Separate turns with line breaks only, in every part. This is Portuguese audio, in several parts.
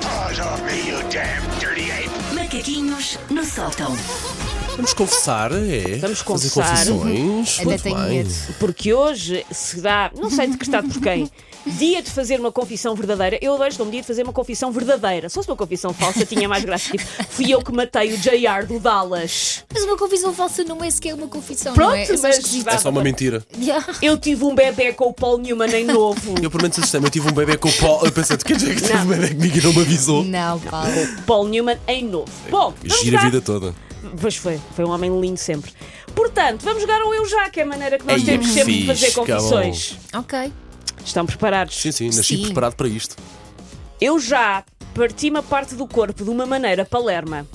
paws off me, you damn dirty ape!
Macaquinhos no sótão.
Vamos confessar, é?
Vamos
Fazer
confessar.
confissões.
Até
Muito
tenho
bem.
medo.
Porque hoje será, não sei decretado por quem, dia de fazer uma confissão verdadeira. Eu hoje dou-me dia de fazer uma confissão verdadeira. Se fosse uma confissão falsa, tinha mais graça. Tipo, fui eu que matei o JR do Dallas.
Mas uma confissão falsa não é sequer uma confissão,
Pronto,
não é? É só
mas
esquisito.
vá.
É só uma mentira.
Yeah.
Eu tive um bebê com o Paul Newman em novo.
Eu pelo menos assustei-me, eu tive um bebê com o Paul. Eu pensei, quer dizer que teve um bebê comigo e não me avisou.
Não, Paulo.
Paul Newman em novo. Bom, vamos
É, Gira a
jogar-
vida toda.
Pois foi, foi um homem lindo sempre. Portanto, vamos jogar ao Eu Já, que é a maneira que nós
Ei, é
temos
que
sempre de
fixe,
fazer
que bom.
confissões.
Ok.
Estão preparados?
Sim, sim, nasci
Sim.
preparado para isto.
Eu já parti uma parte do corpo de uma maneira palerma.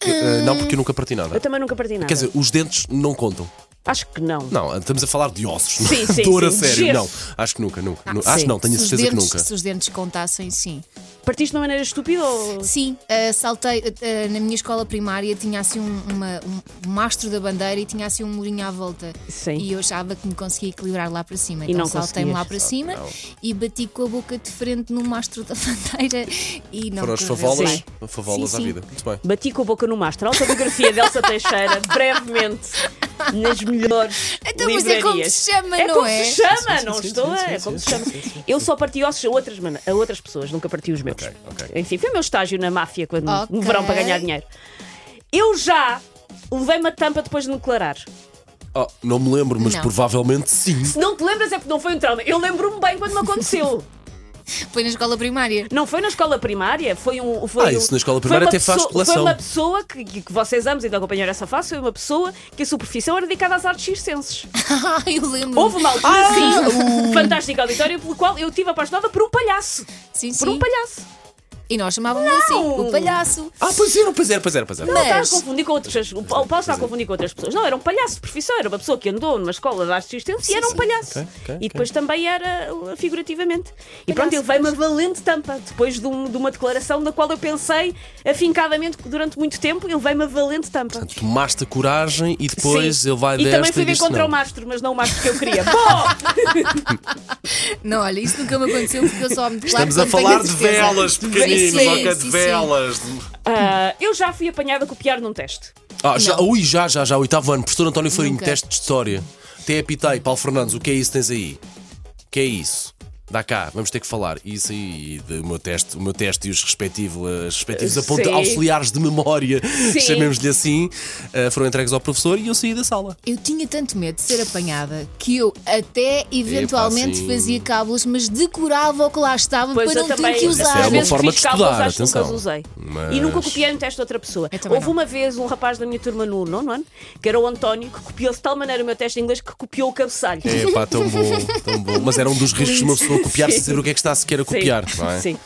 Eh, não, porque eu nunca parti nada.
Eu também nunca parti nada.
Quer dizer, os dentes não contam.
Acho que não.
Não, estamos a falar de ossos. é?
Sim, sim,
Dor a
sim,
sério.
gesso.
Não, acho que nunca, nunca. Nu- acho
sim.
não, tenho a
Ah, se, os
certeza que
dentes,
nunca.
se os dentes contassem, sim.
Partiste de uma maneira estúpida ou.
Sim, ah, saltei ah, na minha escola primária, tinha assim um, uma, um mastro da bandeira e tinha assim um murinho à volta.
Sim.
E eu achava que me conseguia equilibrar lá para cima.
E
então
não
saltei-me lá para
conseguias.
cima e bati com a boca de frente no mastro da bandeira e não
Foram as
correu
favolas,
bem.
favolas
Sim,
à
sim.
vida. Muito bem.
Bati com a boca no mastro. Autobiografia de Elsa Teixeira, brevemente, nas melhores
Então, mas é
livrarias.
como se chama,
É
não
como
é?
se chama,
sim,
não
sim,
estou?
sim,
É
sim,
como
sim,
se chama. Eu só parti ossos a outras, man- a outras pessoas, nunca parti os meus.
Ok, ok.
Enfim, foi o meu estágio na máfia quando, no
Ok.
verão para ganhar dinheiro. Eu já levei uma tampa depois de me declarar.
Ah, não me lembro, mas
Não.
provavelmente sim.
Se não te lembras é porque não foi um trauma. Eu lembro-me bem quando me aconteceu.
Foi na escola primária.
Não foi na escola primária, foi um. Foi
Ah,
um-
isso na escola primária
foi uma
até faz
pessoa-
colação.
Foi uma pessoa que, que- que vocês ambos então acompanharam essa fase, foi uma pessoa que a sua profissão era dedicada às artes circenses.
Ah, eu lembro.
Houve uma Ah! altura,
Ah!
sim, fantástica auditória, pelo qual eu estive apaixonada por um palhaço.
Sim,
Por um
sim.
palhaço.
E nós chamávamos assim, o palhaço.
Ah, pois era, pois era, pois era, pois é. era.
Mas-
Estava a confundir com outras. O Paulo estava a confundir com outras pessoas. Não, era um palhaço de profissão, era uma pessoa que andou numa escola de artes circenses e
Sim,
era um
sim.
palhaço.
Ok, ok,
E depois também era uh, figurativamente. E
Palhaço,
pronto, ele veio uma valente tampa. Depois de, um- de uma declaração da qual eu pensei afincadamente durante muito tempo, ele veio uma valente tampa.
Tomaste a coragem e depois
Sim.
ele vai
E
desta
também fui
e
ver
diz
contra
não.
o mastro, mas não o mastro que eu queria. Bom!
Não, olha, isso nunca me aconteceu porque eu só me declaro
Estamos a
quando tenho
falar de
certeza.
velas, pequeninos,
Sim,
ok,
sim,
de
sim.
velas.
Ah, eu já fui apanhada a copiar num teste.
Ah, já,
Não.
ui, já, já, já, oitavo ano. Professor António Farinho,
Nunca.
teste de história. Até apitei, Paulo Fernandes, o que é isso que tens aí? O que é isso? Dá cá, vamos ter que falar. Isso aí, de- o meu teste, o meu teste e os respectivos, as respectivos
Eh,
aponta-
sim.
auxiliares de memória,
Sim.
chamemos-lhe assim, eh, foram entregues ao professor e eu saí da sala.
Eu tinha tanto medo de ser apanhada que eu até eventualmente
sim.
fazia cábulas, mas decorava o que lá estava
Pois
para
eu
não
também.
ter que
às
Isso é
usar.
uma
vezes
forma
fiz
de
cábulas,
estudar,
acho que nunca as
atenção.
usei.
Mas-
E nunca copiei um teste de outra pessoa.
Eu também
Houve
não.
uma vez um rapaz da minha turma no nono ano, que era o António, que copiou de tal maneira o meu teste de inglês que copiou o cabeçalho.
É pá, tão bom, tão bom. Mas era um dos riscos de uma pessoa copiar sem saber o que é que está sequer a copiar,
Sim.
não é?
Sim.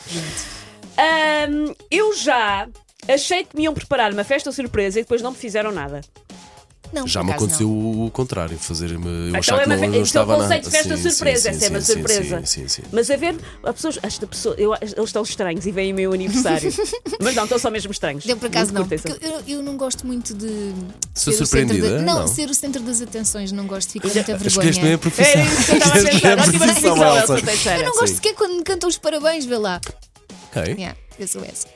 Ahm, eu já achei que me iam preparar uma festa surpresa e depois não me fizeram nada.
Não,
Já
por
me
acaso
aconteceu
não.
o contrário, fazer-me. Eu
Então
achar
é
que
uma
não,
fe-
não
então
estava
o conceito de
nada.
festa
Sim,
surpresa,
sim,
essa é uma
sim,
surpresa.
Sim, sim, sim.
Mas a ver, há pessoas, esta pessoa, eu, eles estão estranhos e veem o meu aniversário. Mas não, estão só mesmo estranhos.
Eu por
Muito
acaso não,
curta
porque
essa.
eu, eu não gosto muito de
Ser
o centro
surpreendida?
da- não,
Não.
ser o centro das atenções, não gosto, fico com muita
Escolheste bem a
vergonha.
profissão.
Era É isso que eu estava a
Escolheste bem
pensar. Ótima
profissão,
decisão,
Elsa.
Elsa Teixeira.
Eu não gosto
Ah, Sim.
sequer quando me cantam os parabéns, vê lá.
Ok.
Yeah, eu sou essa.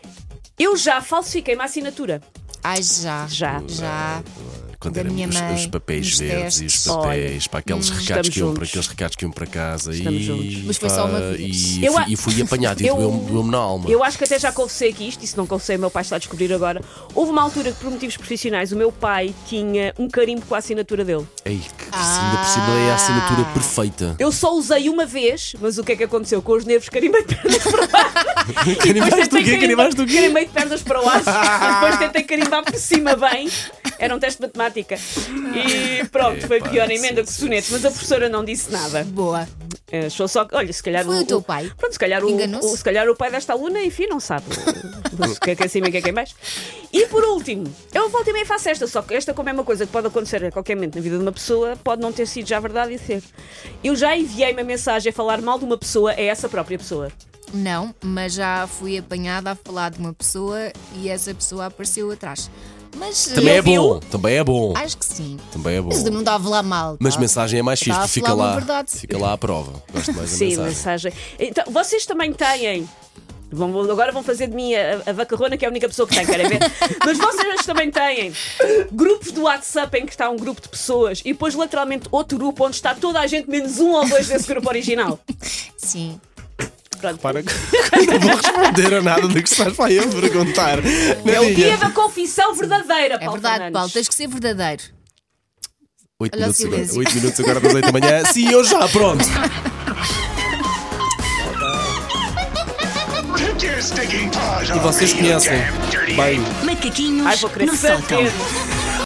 Eu já falsifiquei uma assinatura.
Ai, já.
Já.
Já.
Quando
Da
eram
minha
os,
mãe,
os papéis
nos
verdes e os
testes.
papéis, para aqueles recados que iam para
Hum, juntos.
aqueles recados que iam para casa
Estamos
e,
juntos.
Mas foi só uma
pá,
vez.
E,
Eu
fui,
a-
e fui apanhado
Eu-
e doeu-me doeu-me na alma.
Eu acho que até já confessei aqui isto, e se não confessei, o meu pai está a descobrir agora. Houve uma altura que, por motivos profissionais, o meu pai tinha um carimbo com a Ah. assinatura dele.
Ei, que ainda por cima é a assinatura perfeita.
Eu só usei uma vez, mas o que é que aconteceu? Com os nervos carimbei de pernas para o ar.
Carimbais do
Depois tentei
quê? Carimbais do
carimbar-
quê?
Carimbei de pernas para o ar. e depois tentei carimbar por cima bem. Era um teste de matemática. E pronto, foi
Epá,
pior a emenda
sim,
que o soneto, mas a professora não disse nada.
Boa.
Eh, Achou só que, olha, se calhar.
Foi o teu pai?
Pronto, se calhar o,
Enganou-se?
o- se calhar o pai desta aluna, enfim, não sabe. o que é que é acima e o que é que é mais. E por último, eu volto e meia faço esta, só que esta, como é uma coisa que pode acontecer a qualquer momento na vida de uma pessoa, pode não ter sido já verdade e ser. Eu já enviei uma mensagem a falar mal de uma pessoa a essa própria pessoa.
Não, mas já fui apanhada a falar de uma pessoa e essa pessoa apareceu atrás. Mas
Também
eh,
é bom, também é bom.
acho que sim.
Também é bom.
Mas não estava lá mal.
Mas
tá?
mensagem é mais fixe,
Tá a
porque fica
falar uma
lá,
verdade.
fica lá à prova. Gosto mais da
Sim,
mensagem.
mensagem. Então, vocês também têm Vão- agora vão fazer de mim a, a vacarrona, que é a única pessoa que tem, querem ver? Mas vocês também têm grupos do WhatsApp em que está um grupo de pessoas e depois lateralmente outro grupo onde está toda a gente, menos um ou dois desse grupo original.
Sim.
Pronto.
Para que eu não vou responder a nada do que estás para aí a perguntar.
É o dia
Naninha.
da confissão verdadeira,
É
Paulo
verdade,
Fernandes.
Paulo, tens que ser verdadeiro.
8
Olha o
minutos, agora,
silêncio.
8 minutos agora das 8 da manhã. Sim, eu já, pronto.
Take your sticking paws off
Vocês
me, you
conhecem
damn dirty ape!
bem
Macaquinhos
Ai, vou querer
no
saber.
sótão.